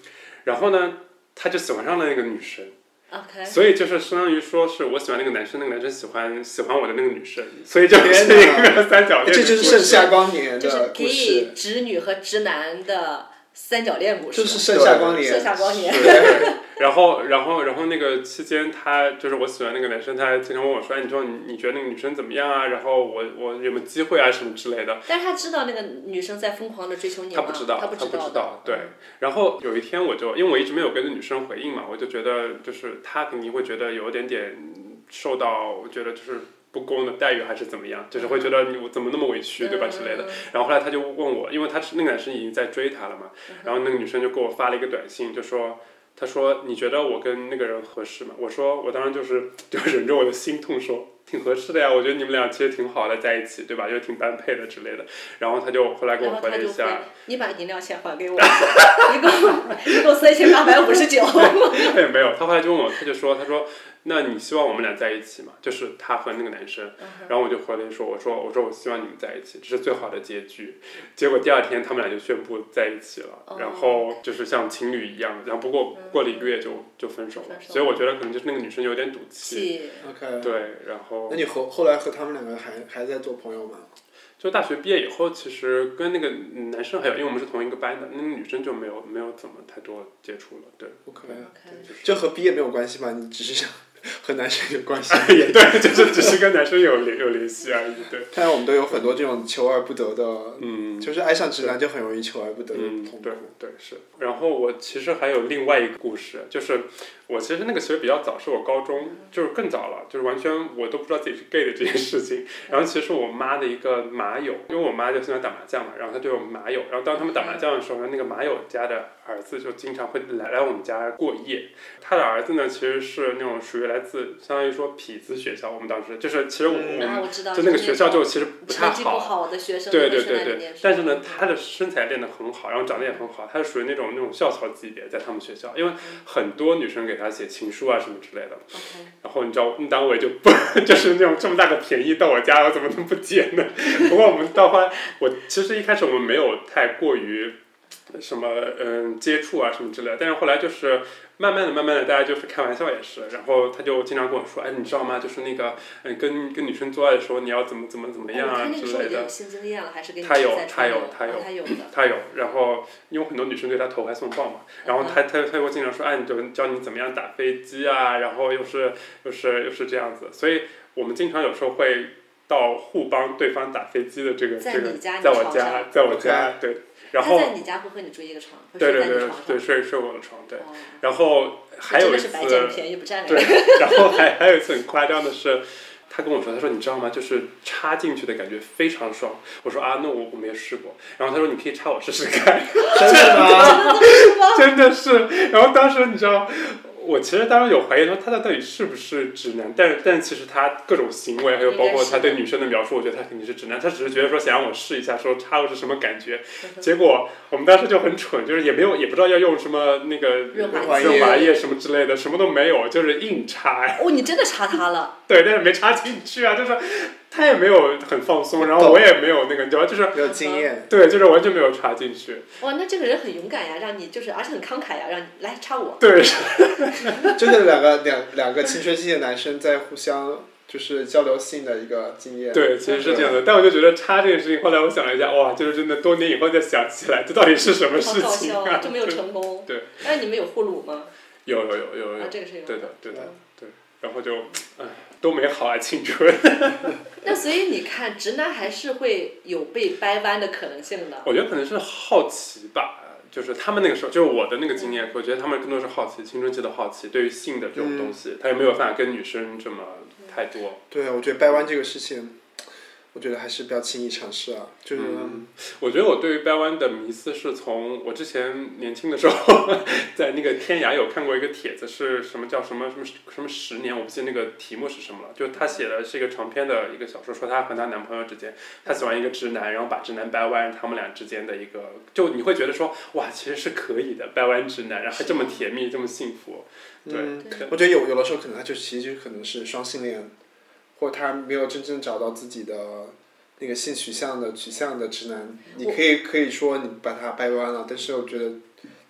S1: 然后呢，他就喜欢上了那个女生。
S2: 哎
S3: OK，
S1: 所以就是相当于说是我喜欢那个男生，那个男生喜欢喜欢我的那个女生，所以就是
S2: 天
S1: 一
S2: 哪
S1: 个三角恋的故
S2: 这
S1: 事。
S2: 就是盛夏光年
S3: 这是
S2: 的故事，
S3: gay 直女和直男的三角恋故事，
S2: 就是盛夏光
S3: 盛
S2: 年。
S3: 夏光年。
S1: 对， 然后，然后，然后那个期间，他就是我喜欢那个男生，他还经常问我说：“哎，你说你你觉得那个女生怎么样啊？然后我我有没有机会啊什么之类的。
S3: 但是他知道那个女生在疯狂的追求你
S1: 他
S3: 吗？
S1: 不知道，
S3: 他
S1: 他
S3: 不
S1: 不知
S3: 知
S1: 道
S3: 道，，
S1: 对。然后有一天我就，因为我一直没有跟女生回应嘛，我就觉得就是他肯定会觉得有点点受到，我觉得就是不公的待遇还是怎么样，就是会觉得你我怎么那么委屈，对吧之类的。
S3: 嗯。
S1: 然后后来他就问我，因为他是那个男生已经在追她了嘛，
S3: 嗯
S1: 然后那个女生就给我发了一个短信，就说。他说：“你觉得我跟那个人合适吗？”我说：“我当然就是 就忍着我的心痛说，挺合适的呀，我觉得你们俩其实挺好的，在一起，对吧？就挺般配的之类的。”然后他就后来给我
S3: 然后
S1: 回
S3: 他
S1: 了一
S3: 就
S1: 下
S3: 会，，你把饮料钱还给我， 一共 一共三千八百五十 九。
S1: 哎，没有，他后来就问我，他就说，他说，那你希望我们俩在一起吗？就是他和那个男生，
S3: 嗯
S1: 然后我就回了说，我说，我说我希望你们在一起，这是最好的结局。结果第二天他们俩就宣布在一起
S3: 哦
S1: 了，然后就是像情侣一样，然后不过过了一个月就就分手了
S3: 嗯分。手了
S1: 所以我觉得可能就是那个女生有点赌气，
S2: OK，
S1: 对，然后
S2: 那你后后来和他们两个还还在做朋友吗？
S1: 就大学毕业以后，其实跟那个男生还有，因为我们是同一个班的，那个女生就没有没有怎么太多接触了，对。
S2: OK，
S3: OK
S2: 就和毕业没有关系吧？你只是和男生有 关系。
S1: 也哎对，就是只是跟男生有联有联系而已，对。
S2: 看来我们都有很多这种求而不得的，
S1: 嗯，
S2: 就是爱上直男就很容易求而不得的
S1: 嗯
S2: 痛，苦
S1: 对。对是。然后我其实还有另外一个故事，就是我其实那个其实比较早，是我高中，就是更早了，就是完全我都不知道自己是 gay 的这件事情。然后其实我妈的一个麻友，因为我妈就喜欢打麻将嘛，然后她就有麻友，然后当他们打麻将的时候呢，那个麻友家的儿子就经常会来来我们家过夜。他的儿子呢，其实是那种属于来自相当于说痞子学校，我们当时就是其实我
S2: 嗯
S1: 我
S3: 啊，
S1: 们
S3: 我知道。
S1: 就那个学校就其实不太
S3: 成绩不
S1: 好。
S3: 好的学生
S1: 对对
S3: 就
S1: 对
S3: 会去那里嗯
S1: 对
S3: 念，书
S1: 但是呢，他的身材练得很好，然后长得也很好，他是属于那种那种校草级别，在他们学校，因为
S3: 嗯
S1: 很多女生给他写情书啊什么之类的。
S3: OK
S1: 然后你知道，那单位就不 就是那种这么大个便宜到我家，我怎么能不捡呢？ 不过我们到后来，我其实一开始我们没有太过于什么嗯接触啊什么之类的，但是后来就是慢慢的、慢慢的，大家就是开玩笑也是，然后他就经常跟我说，哎，你知道吗？就是那个嗯，跟跟女生做爱的时候，你要怎么怎么怎么样
S3: 哎
S1: 啊
S3: 他那个
S1: 之
S3: 时候
S1: 类
S3: 已经
S1: 的
S3: 有。性经验了，还是跟你
S1: 他有
S3: 在
S1: 他有
S3: 传
S1: 他有
S3: 哦他有的。
S1: 他有，然后因为很多女生对他投怀送抱嘛，
S3: 嗯
S1: 然后他他他会经常说，哎，你就教你怎么样打飞机啊，然后又是又是又是这样子，所以我们经常有时候会到互帮对方打飞机的这个
S3: 在
S1: 这个，
S3: 你家
S1: 在
S3: 你
S1: 我
S3: 床
S1: 家，
S3: 上
S1: 在我家对，然后
S3: 他在你家会和你住一个床，会
S1: 对
S3: 睡
S1: 对
S3: 在你
S1: 对
S3: 床上。
S1: 对睡睡我的床对，
S3: 哦
S1: 然后还有一
S3: 真的
S1: 次
S3: 是白占便宜不占
S1: 对
S3: 人。，
S1: 然后还还有一次很夸张的是，他跟我说，他说你知道吗？就是插进去的感觉非常爽。我说啊，那我我没有试过。然后他说你可以插我试试看，
S2: 真的吗？
S1: 真的是。然后当时你知道，我其实当时有怀疑说他到底是不是直男，但是但其实他各种行为还有包
S3: 应
S1: 括
S3: 该是
S1: 他对女生的描述，我觉得他肯定是直男。他只是觉得说想让我试一下，说插我是什么感觉。结果我们当时就很蠢，就是也没有也不知道要用什么那个
S3: 润
S2: 滑液
S1: 润滑液什么之类的，什么都没有，就是硬插。
S3: 哦，你真的查他了，
S1: 对，但是没插进去啊，就是他也没有很放松，然后我也没有那个，你知道，就是
S2: 没有经验，
S1: 对，就是完全没有插进去，
S3: 哇，那这个人很勇敢呀，让你就是而且很慷慨呀，让你来插我。
S1: 对，
S2: 就是两个两两个青春期的男生在互相就是交流性的一个经验。
S1: 对，其实是这样的。但我就觉得插这件事情，后来我想了一下，哇，就是真的多年以后再想起来，这到底是什么
S3: 好
S1: 事
S3: 搞
S1: 情
S3: 笑
S1: 啊
S3: 啊，？就没有成功。
S1: 对。
S3: 但是你们有互鲁吗？
S1: 有有有有
S3: 啊
S1: 有，，
S3: 这个是有。
S1: 对的对的
S2: 嗯
S1: 对，然后就，唉，多美好啊，青 春！
S3: 那所以你看，直男还是会有被掰弯的可能性的。
S1: 我觉得可能是好奇吧。就是他们那个时候，就是我的那个经
S3: 嗯
S1: 验，我觉得他们更多是好奇，青春期的好奇，对于性的这种
S3: 嗯
S1: 东西，他也没有办法跟女生这么太多。
S2: 对，我觉得掰弯这个事情，我觉得还是不要轻易尝试啊，就是、
S1: 嗯我觉得我对于掰弯的迷思是从我之前年轻的时候， 在那个天涯有看过一个帖子，是什么叫什么什么什么十年，我不记得那个题目是什么了。就是她写的是一个长篇的一个小说，说她和她男朋友之间，她喜欢一个直男，然后把直男掰弯，他们俩之间的一个，就你会觉得说哇，其实是可以的，掰弯直男，然后还这么甜蜜，这么幸福。对，
S2: 嗯
S3: 对
S2: 我觉得有有的时候可能他就其实就可能是双性恋，或者他没有真正找到自己的那个性取向的取向的直男，你可以可以说你把他掰弯了，但是我觉得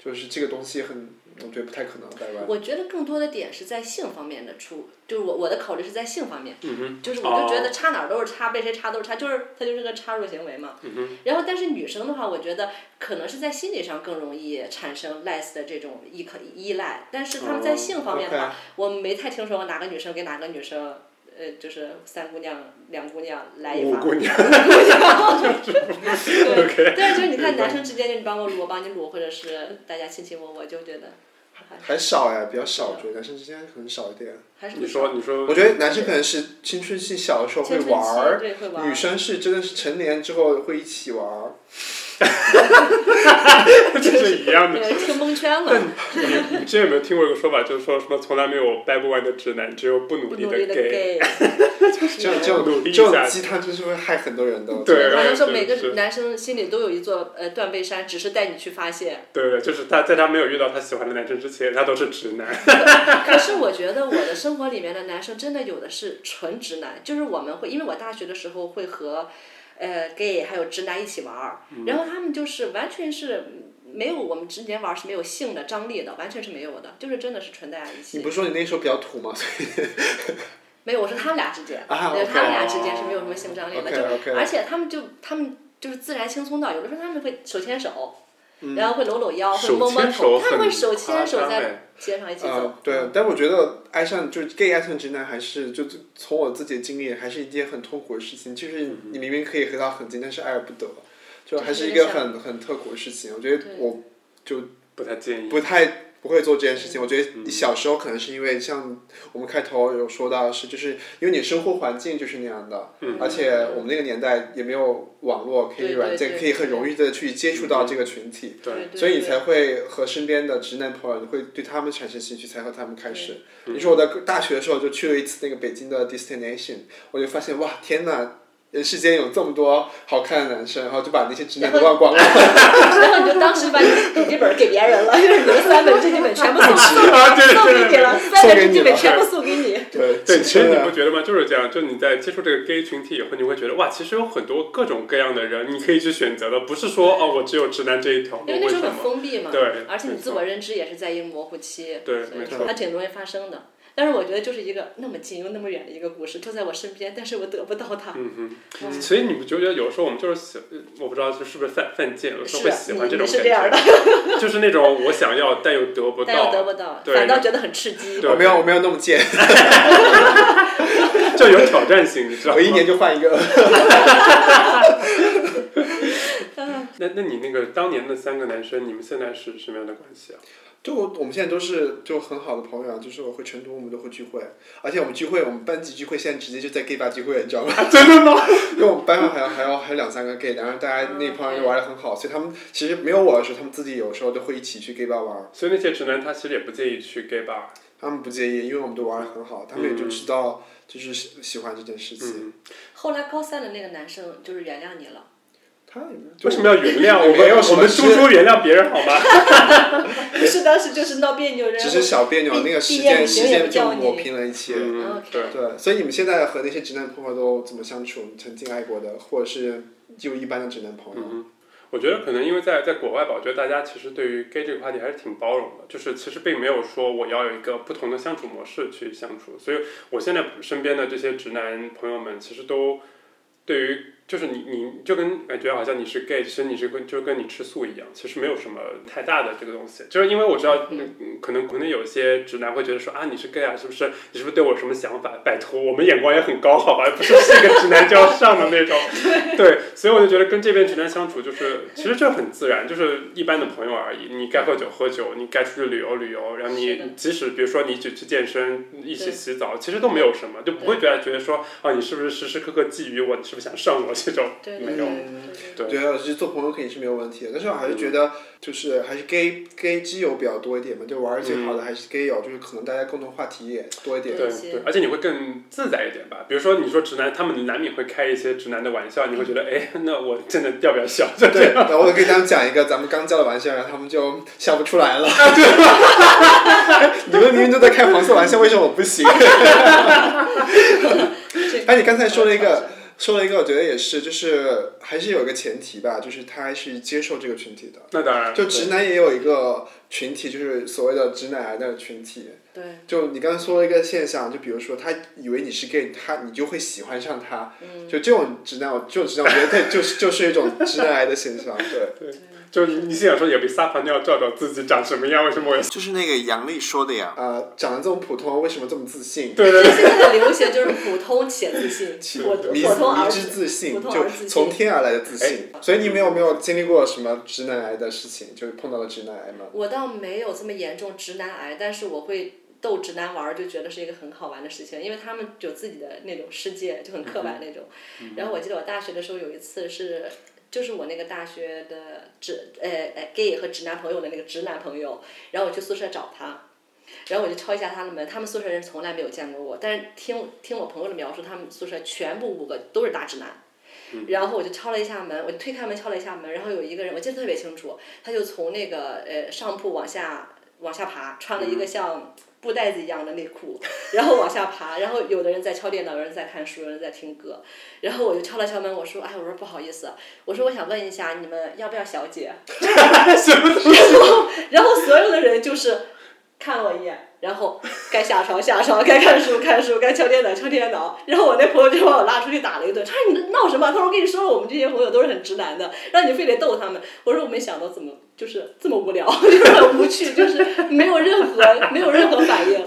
S2: 就是这个东西很，我觉得不太可能掰弯。
S3: 我觉得更多的点是在性方面的出，就是我我的考虑是在性方面，
S1: 嗯哼，
S3: 就是我就觉得插哪儿都是插，被谁插都是插，就是它就是个插入行为嘛。
S1: 嗯哼，
S3: 然后，但是女生的话，我觉得可能是在心理上更容易产生类似的这种依靠依赖，但是他们在性方面的话，
S2: OK，
S3: 我没太听说过哪个女生跟哪个女生，呃，就是三姑娘、两姑娘来一
S1: 五
S3: 发。
S1: 姑娘，
S3: 对，但是就是你看
S1: 明白
S3: 男生之间，就你帮我撸，我帮你撸，或者是大家亲亲我，我就觉得
S2: 还少呀，比较少，我觉得男生之间可能少一点。
S3: 还是
S1: 你说你说，
S2: 我觉得男生可能是青春期小的时候会
S3: 青春
S2: 玩
S3: 期
S2: 儿，
S3: 对会玩
S2: 女
S3: 儿，
S2: 生是真的是成年之后会一起玩儿。
S1: 这是一样的。
S3: 对，听蒙圈了。
S1: 你你之前有没有听过一个说法，就是说什么从来没有掰不弯的直男，只有不努
S3: 不
S1: 力
S3: 努
S1: 的
S3: 力的
S1: gay。
S3: gay，
S2: 这种这种
S1: 努力一
S2: 这种
S1: 下
S2: 鸡汤真是会害很多人的。
S1: 对
S3: 好像说
S1: 对
S3: 每个
S1: 是
S3: 男生心里都有一座呃断背山，只是带你去发泄。
S1: 对对，就是他在他没有遇到他喜欢的男生之前，他都是直男。
S3: 可是我觉得我的生活里面的男生真的有的是纯直男，就是我们会，因为我大学的时候会和，呃，gay 还有直男一起玩儿，
S1: 嗯
S3: 然后他们就是完全是没有我们之前玩儿是没有性的张力的，完全是没有的，就是真的是纯大家一
S2: 你
S3: 起。
S2: 不是说你那时候比较土吗？
S3: 没有，我说他们俩之间，
S2: 啊
S3: 对
S2: OK
S3: 他们俩之间是没有什么性张力的，就
S2: OK，OK
S3: 而且他们就他们就是自然轻松到，有的时候他们会手牵手，然后会搂搂腰，会
S1: 手
S3: 摸摸
S1: 牵手
S3: 头，他
S1: 很
S3: 们会手牵手
S1: 夸张
S3: 在
S1: 哎
S3: 街上一起走嗯
S2: 啊，。对，但我觉得爱上就是 gay 爱上直男，还是就从我自己的经历，还是一件很痛苦的事情。就是
S3: 嗯
S2: 你明明可以和他很近，但是爱而不得，就还是一个很很特苦的事情。我觉得
S3: 对
S2: 我
S1: 不太建议。嗯
S2: 不太不会做这件事情。我觉得小时候可能是因为像我们开头有说到的是，就是因为你生活环境就是那样的，
S1: 嗯
S2: 而且我们那个年代也没有网络，可以
S3: 对
S2: 软
S3: 对
S2: 件
S3: 对
S2: 可以很容易的去接触到这个群体。
S3: 对，对
S2: 所以你
S3: 对
S2: 才会和身边的直男朋友，你会对他们产生兴趣，才和他们开始。
S1: 嗯
S2: 你说我在大学的时候就去了一次那个北京的 Destination，我就发现哇，天呐，人世间有这么多好看的男生，然后就把那些直男都忘光了。
S3: 然后你就当时把你的笔记本给别人了，就是你的三本日记本全部送送
S1: 啊，对
S3: 送给
S1: 对
S3: 你
S1: 对。
S3: 了，三本日记本全部送给你。
S2: 对，
S1: 对，
S2: 呃其
S1: 其实
S2: 实啊
S1: 你不觉得吗？就是这样，就你在接触这个 gay 群体以后，你会觉得哇，其实有很多各种各样的人，你可以去选择的，不是说哦，我只有直男这一条路，
S3: 因为
S1: 为
S3: 那时
S1: 什
S3: 候很
S1: 么？
S3: 封闭嘛，
S1: 对
S3: 而且你
S1: 没错
S3: 自我认知也是在一个模糊期，
S1: 对
S3: 所以
S1: 没
S2: 错
S3: 它挺容易发生的。但是我觉得就是一个那么近又那么远的一个故事，就在我身边，但是我得不到它。
S1: 嗯哼，所以你不觉得有时候我们就是喜，呃我不知道是不是犯犯贱，有时候
S3: 是
S1: 会
S3: 啊
S1: 喜
S3: 你
S1: 欢这
S3: 你
S1: 种
S3: 是这样
S1: 感
S3: 的，
S1: 觉，就是那种我想要但又得不
S3: 但又
S1: 到
S3: 得，不到，
S1: 对
S3: 反倒觉得很 吃惊。
S1: 对
S2: 我没有我没有那么贱，
S1: 就有挑战性，你知道
S2: 我
S1: 吗
S2: 一？年就换一个。
S3: 嗯
S1: 那那你那个当年的三个男生，你们现在是什么样的关系啊？
S2: 就我我们现在都是就很好的朋友啊，就是我回成都，我们都会聚会，而且我们聚会，我们班级聚会现在直接就在 gay 吧聚会，你知道吗？ 真的吗？因为我们班上还有还有还有两三个 gay，然后大家那帮人玩的很好，所以他们其实没有我的时候，他们自己有时候都会一起去 gay 吧玩，
S1: 所以那些直男他其实也不介意去 gay bar。
S2: 他们不介意，因为我们都玩的很好，他们也就
S1: 嗯
S2: 知道就是喜喜欢这件事情。
S1: 嗯，
S3: 后来高三的那个男生就是原谅你 了，
S2: 他
S1: 为什么要原谅
S2: 我
S1: 我
S2: 没
S1: 们？
S2: 有什
S1: 我
S2: 么
S1: 们
S2: 事
S1: 输出原谅别人好吗？
S3: 不是当时就是闹别扭，然
S2: 只
S3: 后
S2: 是小别扭，
S3: 毕
S2: 那个时
S3: 毕业
S2: 间
S3: 旅
S2: 时
S3: 行也
S2: 间
S3: 不
S2: 就
S3: 叫你
S2: 磨平了一切。
S1: 嗯
S3: OK
S1: 对，
S2: 对，所以你们现在和那些直男朋友都怎么相处？你曾经爱过的，或者是就一般的直男朋友？
S1: 嗯我觉得可能因为在在国外吧，我觉得大家其实对于 gay 这个话题还是挺包容的，就是其实并没有说我要有一个不同的相处模式去相处，所以我现在身边的这些直男朋友们其实都对于就是你你就跟感觉好像你是 gay，其实你是跟就跟你吃素一样，其实没有什么太大的这个东西。就是因为我知道，嗯可能国内有些直男会觉得说啊，你是 gay 啊，是不是？你是不是对我有什么想法？拜托，我们眼光也很高，好吧？不是是一个直男就要上的 那种。对，所以我就觉得跟这边直男相处，就是其实这很自然，就是一般的朋友而已。你该喝酒喝酒，你该出去旅游旅游，然后
S3: 是的
S1: 你即使比如说你一起去健身，一起
S3: 对
S1: 洗澡，其实都没有什么，就不会觉得觉得说啊，你是不是时时刻刻觊觎我，你是不是想上我这种
S3: 对对
S1: 没
S3: 对
S1: 有。
S3: 对对
S1: 对嗯
S2: 对啊，其实做朋友肯定是没有问题的，但是我还是觉得就是还是 gay gay 基友比较多一点嘛，就玩儿最好的还是 gay 友，就是可能大家共同话题也多一 点。
S1: 对
S3: 一些
S1: 对，而且你会更自在一点吧。比如说，你说直男，他们难免会开一些直男的玩笑，你会
S3: 嗯
S1: 觉得，哎，那我真的要不要笑？就
S2: 对，然后我给他们讲一个咱们刚交的玩笑，然后他们就笑不出 来了。对，你们明明都在开黄色玩笑，为什么我不行？
S3: 这个
S2: 哎，你刚才说了一个，说了一个，我觉得也是，就是还是有一个前提吧，就是他是接受这个群体的。
S1: 那当
S3: 啊
S1: 然，
S2: 就直男也有一个群体，就是所谓的直男癌的群体。
S3: 对，
S2: 就你刚才说了一个现象，就比如说他以为你是 gay，他你就会喜欢上他。
S3: 嗯
S2: 就这种直男，我这种直男，我觉得他就是就是一种直男癌的现象，对。
S3: 嗯
S1: 就你你心想说，也别撒泡尿照照自己长什么样，为什么我要？
S4: 就是那个杨丽说的呀，
S2: 呃，长得这么普通，为什么这么自 信？
S1: 对对对，
S3: 现在的流行就是普通且自 信，普
S2: 迷
S3: 普通
S2: 迷
S3: 而
S2: 之自信，
S3: 普通而
S2: 就
S3: 自
S2: 从
S3: 信。哎
S2: 天而来的自信。所以你们有没有经历过什么直男癌的事情？就是碰到了直男癌吗？
S3: 我倒没有这么严重直男癌，但是我会逗直男玩儿，就觉得是一个很好玩的事情，因为他们有自己的那种世界，就很刻板那种。嗯然后我记得我大学的时候有一次是。就是我那个大学的直呃呃 gay 和直男朋友的那个直男朋友，然后我去宿舍找他，然后我就敲一下他的门，他们宿舍人从来没有见过我，但是听听我朋友的描述，他们宿舍全部五个都是大直男，
S1: 嗯
S3: 然后我就敲了一下门，我就推开门敲了一下门，然后有一个人我记得特别清楚，他就从那个呃上铺往下往下爬，穿了一
S1: 嗯
S3: 个像布袋子一样的内裤，然后往下爬，然后有的人在敲电脑，有人在看书，有人在听歌，然后我就敲了敲门，我说哎，我说不好意思，我说我想问一下你们要不要小姐，
S1: 什么东西？
S3: 然后所有的人就是看了我一眼，然后 该下床下床，该看书看书，该敲电脑敲电脑。然后我那朋友就把我拉出去打了一顿，他说你闹什么？他说我跟你说了，我们这些朋友都是很直男的，让你非得逗他们。我说我没想到怎么就是这么无聊， 就是很无趣，就是没有任何没有任何反应。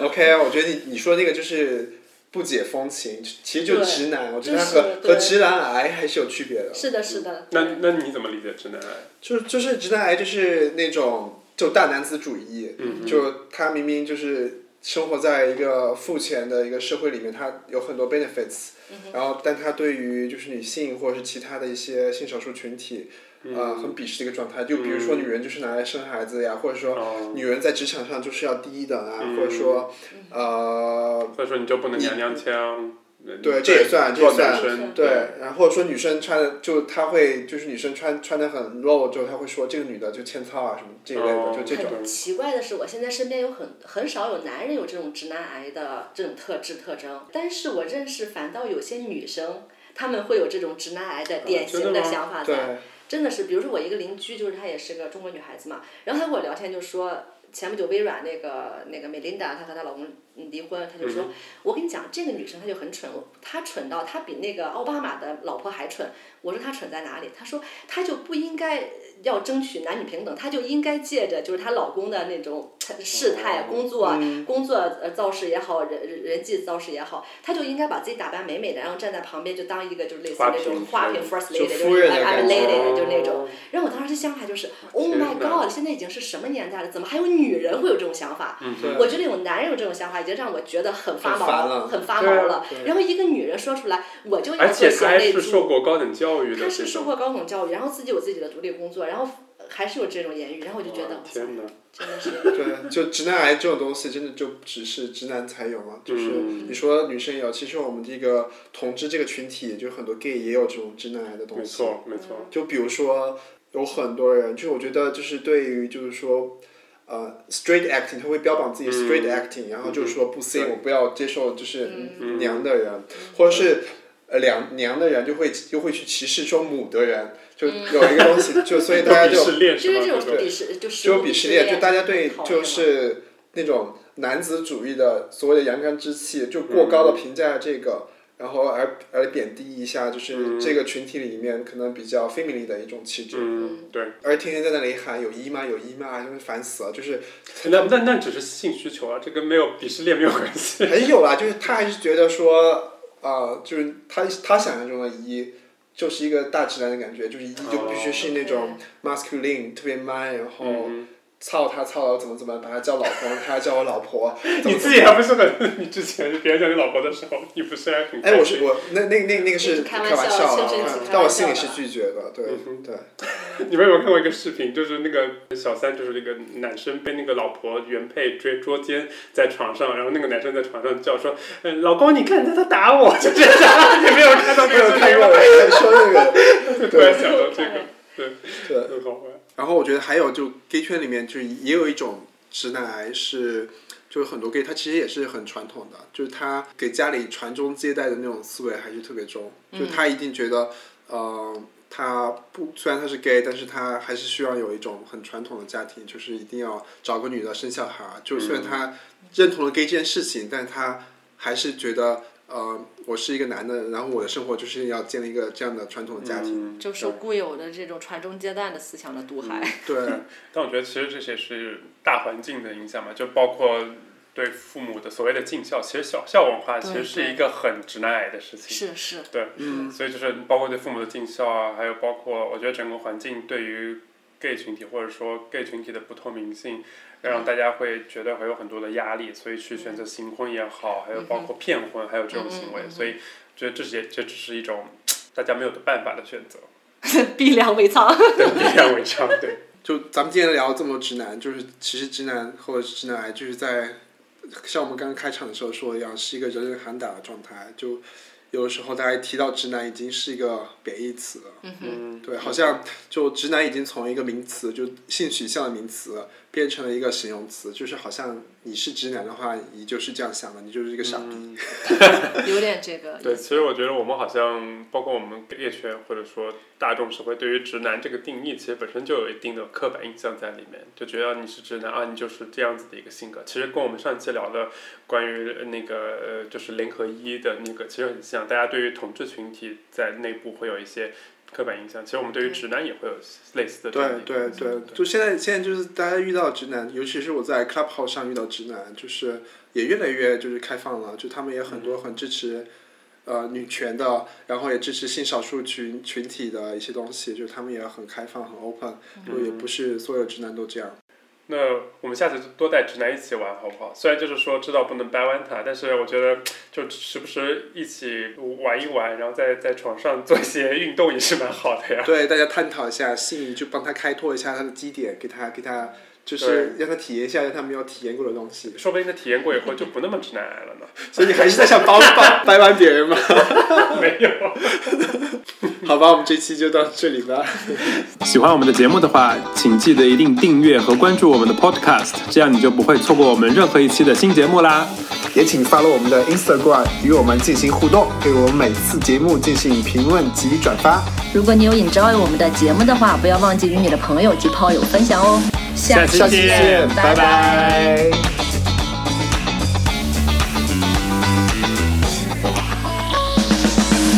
S2: OK，我觉得你你说那个就是不解风情，其实就
S3: 对
S2: 直男，我觉得它
S3: 就是
S2: 和
S3: 对
S2: 和直男癌还是有区别的。
S3: 是的，是的。
S1: 那那你怎么理解直男癌？
S2: 就就是直男癌就是那种就大男子主义，就他明明就是生活在一个父权的一个社会里面，他有很多 benefits，、然
S3: 嗯
S2: 后但他对于就是女性或者是其他的一些性少数群体。呃，很鄙视的一个状态，就比如说女人就是拿来生孩子呀，或者说女人在职场上就是要低一等啊，或者说，
S3: 嗯
S2: 呃，
S1: 或者说你就不能娘娘腔？
S2: 对，这也算，这也
S1: 做
S2: 算
S1: 男生，
S2: 对，然后或者说女生穿的，就她会就是女生穿穿的很露，就她会说这个女的就欠操啊什么这一类的，
S1: 哦
S2: 就这种。
S3: 很奇怪的是，我现在身边有很很少有男人有这种直男癌的这种特质特征，但是我认识反倒有些女生，她们会有这种直男癌
S2: 啊
S3: 的典型
S1: 真的吗
S3: 想法在。
S2: 对，
S3: 真的是，比如说我一个邻居，就是她也是个中国女孩子嘛，然后她跟我聊天就说，前不久微软那个那个美琳达，她和她老公离婚，她就
S2: 嗯
S3: 说，我跟你讲，这个女生她就很蠢，我她蠢到她比那个奥巴马的老婆还蠢。我说她蠢在哪里？她说她就不应该要争取男女平等，她就应该借着就是她老公的那种呃事态、工作、工作呃造势也好，人人人际造势也好，她就应该把自己打扮美美的，然后站在旁边就当一个就是类似于那种
S1: 花
S3: 花
S1: 瓶
S3: 瓶 first
S2: 就
S3: lady，就是
S2: 夫人的
S3: I'm a
S2: 感觉
S3: lady，就那种。
S1: 哦
S3: 然后我当时想法就是，Oh
S1: 天
S3: my
S1: 哪
S3: God，现在已经是什么年代了，怎么还有女人会有这种想法？
S2: 对
S3: 我觉得有男人有这种想法，已经让我觉得很发毛
S2: 很烦了
S3: 很发
S1: 对啊
S3: 毛了。然后一个女人说出来，我就要
S1: 而
S3: 做
S1: 且他
S3: 贤
S1: 还
S3: 内
S1: 是
S3: 助。
S1: 受过高等教育的，
S3: 她是受过高等教育，然后自己有自己的独立工作，然后还是有这种言语，然后我就觉得，
S1: 哇
S3: 哇塞，
S1: 天哪！
S3: 真的是。
S2: 对，就直男癌这种东西，真的就不只是直男才有嘛。就是
S1: 嗯
S2: 你说女生有，其实我们这个同志这个群体，就很多 gay 也有这种直男癌的东
S1: 没
S2: 西。
S1: 错，没错。
S2: 就比如说，有很多人，就我觉得就是对于就是说，呃，straight acting，他会标榜自
S1: 嗯
S2: 己 straight acting，、然后就是说不 C，、我不要接受就是娘的
S1: 嗯
S2: 人，或者是。呃，两娘的人就会就会去歧视说母的人，就有一个东西， 就所以大家
S1: 鄙
S2: 就
S1: 视链
S3: 就是
S1: 吗？
S3: 是这种
S1: 对
S3: 鄙视，
S2: 就
S3: 就就
S2: 鄙视链，就大家对
S3: 讨厌
S2: 就
S3: 了
S2: 是
S1: 嗯
S2: 那种男子主义的所谓的阳刚之气，就过高的评价这个，然后而而贬低一下就是这个群体里面可能比较 feminine 的一种气质，
S1: 嗯，对，
S2: 而天天在那里喊有一吗有一吗，就是烦死了，就是
S1: 那那那只是性需求啊，这跟没有鄙视链没有关系。
S2: 很有啦，就是他还是觉得说，啊，就是他他想象中的一，就是一个大直男的感觉，就是一就必须是那种 masculine 特别 man，然
S1: 嗯
S2: 后操他操了怎么怎么，把他叫老公，他叫我老婆，怎
S1: 你
S2: 么怎
S1: 自
S2: 么
S1: 己还不是很，你之前别人叫你老婆的时候，你不是还很
S2: 哎，我
S1: 开
S2: 是
S1: 心
S2: 我那那那那个是
S3: 开
S2: 开
S3: 玩
S2: 玩
S3: 笑
S2: 笑
S3: 确实
S2: 啊
S3: 是开，
S2: 但我
S3: 玩
S2: 心里
S3: 笑
S2: 是
S3: 的
S2: 拒绝的，对 对。
S1: 你们有没有看过一个视频，就是那个小三，就是那个男生被那个老婆原配追捉奸在床上，然后那个男生在床上叫说：“呃、老公，你看他他打我。” 就这样，你没有看到
S2: 没有看
S1: 看
S2: 过，
S1: 过，
S2: 我说那个。
S1: 就突然想到这个，
S2: 对，
S1: 很好玩。
S2: 然后我觉得还有就 gay 圈里面就也有一种直男癌是。就是很多 gay，他其实也是很传统的，就是他给家里传宗接代的那种思维还是特别重，就他一定觉得，呃，他不虽然他是 gay，但是他还是需要有一种很传统的家庭，就是一定要找个女的生小孩儿。就虽然他认同了 gay 这件事情，但他还是觉得，呃，我是一个男的，然后我的生活就是要建立一个这样的传统的家庭。
S1: 嗯
S3: 就是固有的这种传宗接代的思想的毒害。
S2: 对，
S1: 但我觉得其实这也是大环境的影响嘛，就包括对父母的所谓的尽孝，其实小孝文化其实是一个很直男癌的事情。
S3: 是是，
S1: 对，嗯，所以就是包括对父母的尽孝啊，还有包括我觉得整个环境对于 gay 群体或者说 gay 群体的不透明性，让大家会觉得会有很多的压力，所以去选择行婚也好，还有包括骗婚，还有这种行为，所以觉得这些这只是一种大家没有的办法的选择，
S3: 逼良为娼。
S1: 对，啊必然为常，对，
S2: 就咱们今天聊这么多直男，就是其实直男或者是直男癌，就是在像我们刚刚开场的时候说的一样，是一个人人喊打的状态。就有的时候大家提到直男，已经是一个贬义词了。
S1: 嗯，
S2: 对，好像就直男已经从一个名词，就性取向的名词，变成了一个形容词，就是好像你是直男的话，你就是这样想的，你就是一个傻逼。
S3: 有点这个。
S1: 对，其实我觉得我们好像，包括我们业圈或者说大众社会，对于直男这个定义，其实本身就有一定的刻板印象在里面，就觉得你是直男啊，你就是这样子的一个性格。其实跟我们上期聊的关于呃那个呃，就是零和一的那个，其实很像。大家对于同志群体在内部会有一些刻板印象，其实我们对于直男也会有类似的这样的一
S2: 对
S1: 个
S2: 对
S1: 印象
S2: 对，就现在现在就是大家遇到直男，尤其是我在 Clubhouse 上遇到直男，就是也越来越就是开放了，就他们也很多很支持。呃，女权的，然后也支持性少数群群体的一些东西，就是他们也很开放、很 open，、就也不是所有直男都这样。
S1: 那我们下次多带直男一起玩好不好？虽然就是说知道不能掰弯他，但是我觉得就时不时一起玩一玩，然后在在床上做一些运动也是蛮好的呀。
S2: 对，啊大家探讨一下性，就帮他开拓一下他的基点，给他给他就是让他体验一下让他没有体验过的东西。
S1: 说不定他体验过以后就不那么直男癌了呢。
S2: 所以你还是在想帮帮掰弯别人吗？
S1: 没有。
S2: 好吧，我们这期就到这里吧。
S1: 喜欢我们的节目的话，请记得一定订阅和关注我们的 Podcast，这样你就不会错过我们任何一期的新节目啦。
S2: 也请 follow 我们的 Instagram 与我们进行互动，对我们每次节目进行评论及转发。
S5: 如果你有 enjoy 我们的节目的话，不要忘记与你的朋友及炮友分享哦。
S1: 下期
S2: 下期见，
S1: 见拜
S2: 拜拜